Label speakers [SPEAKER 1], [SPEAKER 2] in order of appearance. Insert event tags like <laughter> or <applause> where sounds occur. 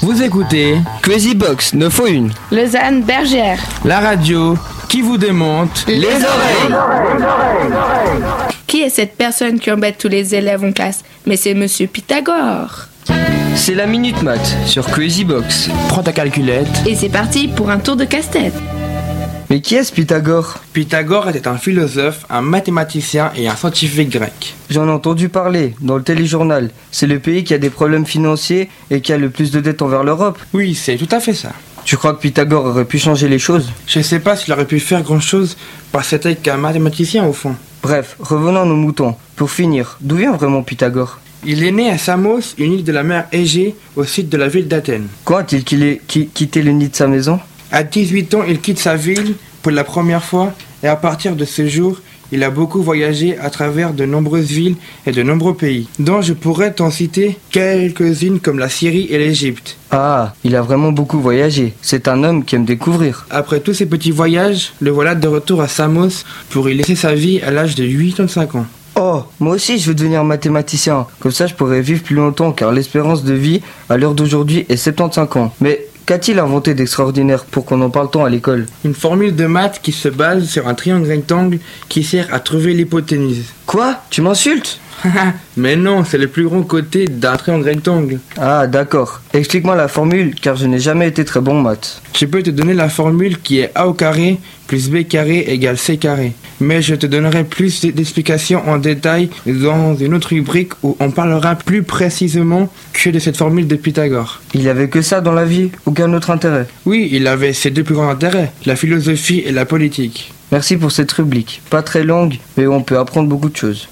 [SPEAKER 1] Vous écoutez
[SPEAKER 2] Crazy Box, ne faut une.
[SPEAKER 3] Lausanne Bergère.
[SPEAKER 1] la radio qui vous démonte
[SPEAKER 2] Les oreilles
[SPEAKER 3] Qui est cette personne qui embête tous les élèves en classe Mais c'est Monsieur Pythagore.
[SPEAKER 2] C'est la Minute Max sur Crazy Box.
[SPEAKER 1] Prends ta calculette.
[SPEAKER 3] Et c'est parti pour un tour de casse-tête.
[SPEAKER 2] Mais qui est-ce Pythagore
[SPEAKER 1] Pythagore était un philosophe, un mathématicien et un scientifique grec.
[SPEAKER 2] J'en ai entendu parler dans le téléjournal. C'est le pays qui a des problèmes financiers et qui a le plus de dettes envers l'Europe.
[SPEAKER 1] Oui, c'est tout à fait ça.
[SPEAKER 2] Tu crois que Pythagore aurait pu changer les choses
[SPEAKER 1] Je sais pas s'il aurait pu faire grand chose parce que c'était qu'un mathématicien au fond.
[SPEAKER 2] Bref, revenons à nos moutons. Pour finir, d'où vient vraiment Pythagore
[SPEAKER 1] Il est né à Samos, une île de la mer Égée, au sud de la ville d'Athènes.
[SPEAKER 2] Quand a-t-il qu'il ait- qui- quitté le nid de sa maison
[SPEAKER 1] À 18 ans, il quitte sa ville pour la première fois et à partir de ce jour, il a beaucoup voyagé à travers de nombreuses villes et de nombreux pays, dont je pourrais t'en citer quelques-unes comme la Syrie et l'Égypte.
[SPEAKER 2] Ah, il a vraiment beaucoup voyagé. C'est un homme qui aime découvrir.
[SPEAKER 1] Après tous ces petits voyages, le voilà de retour à Samos pour y laisser sa vie à l'âge de 85 ans.
[SPEAKER 2] Oh, moi aussi je veux devenir mathématicien. Comme ça je pourrais vivre plus longtemps car l'espérance de vie à l'heure d'aujourd'hui est 75 ans. Mais qu'a-t-il inventé d'extraordinaire pour qu'on en parle tant à l'école
[SPEAKER 1] Une formule de maths qui se base sur un triangle rectangle qui sert à trouver l'hypoténuse. <laughs>
[SPEAKER 2] Quoi Tu m'insultes
[SPEAKER 1] Mais non, c'est le plus grand côté d'un triangle rectangle.
[SPEAKER 2] Ah d'accord. Explique-moi la formule car je n'ai jamais été très bon en maths.
[SPEAKER 1] Je peux te donner la formule qui est a au carré plus b carré égale c carré. Mais je te donnerai plus d'explications en détail dans une autre rubrique où on parlera plus précisément que de cette formule de Pythagore.
[SPEAKER 2] Il avait que ça dans la vie, aucun autre intérêt.
[SPEAKER 1] Oui, il avait ses deux plus grands intérêts, la philosophie et la politique.
[SPEAKER 2] Merci pour cette rubrique. Pas très longue mais on peut apprendre beaucoup de choses.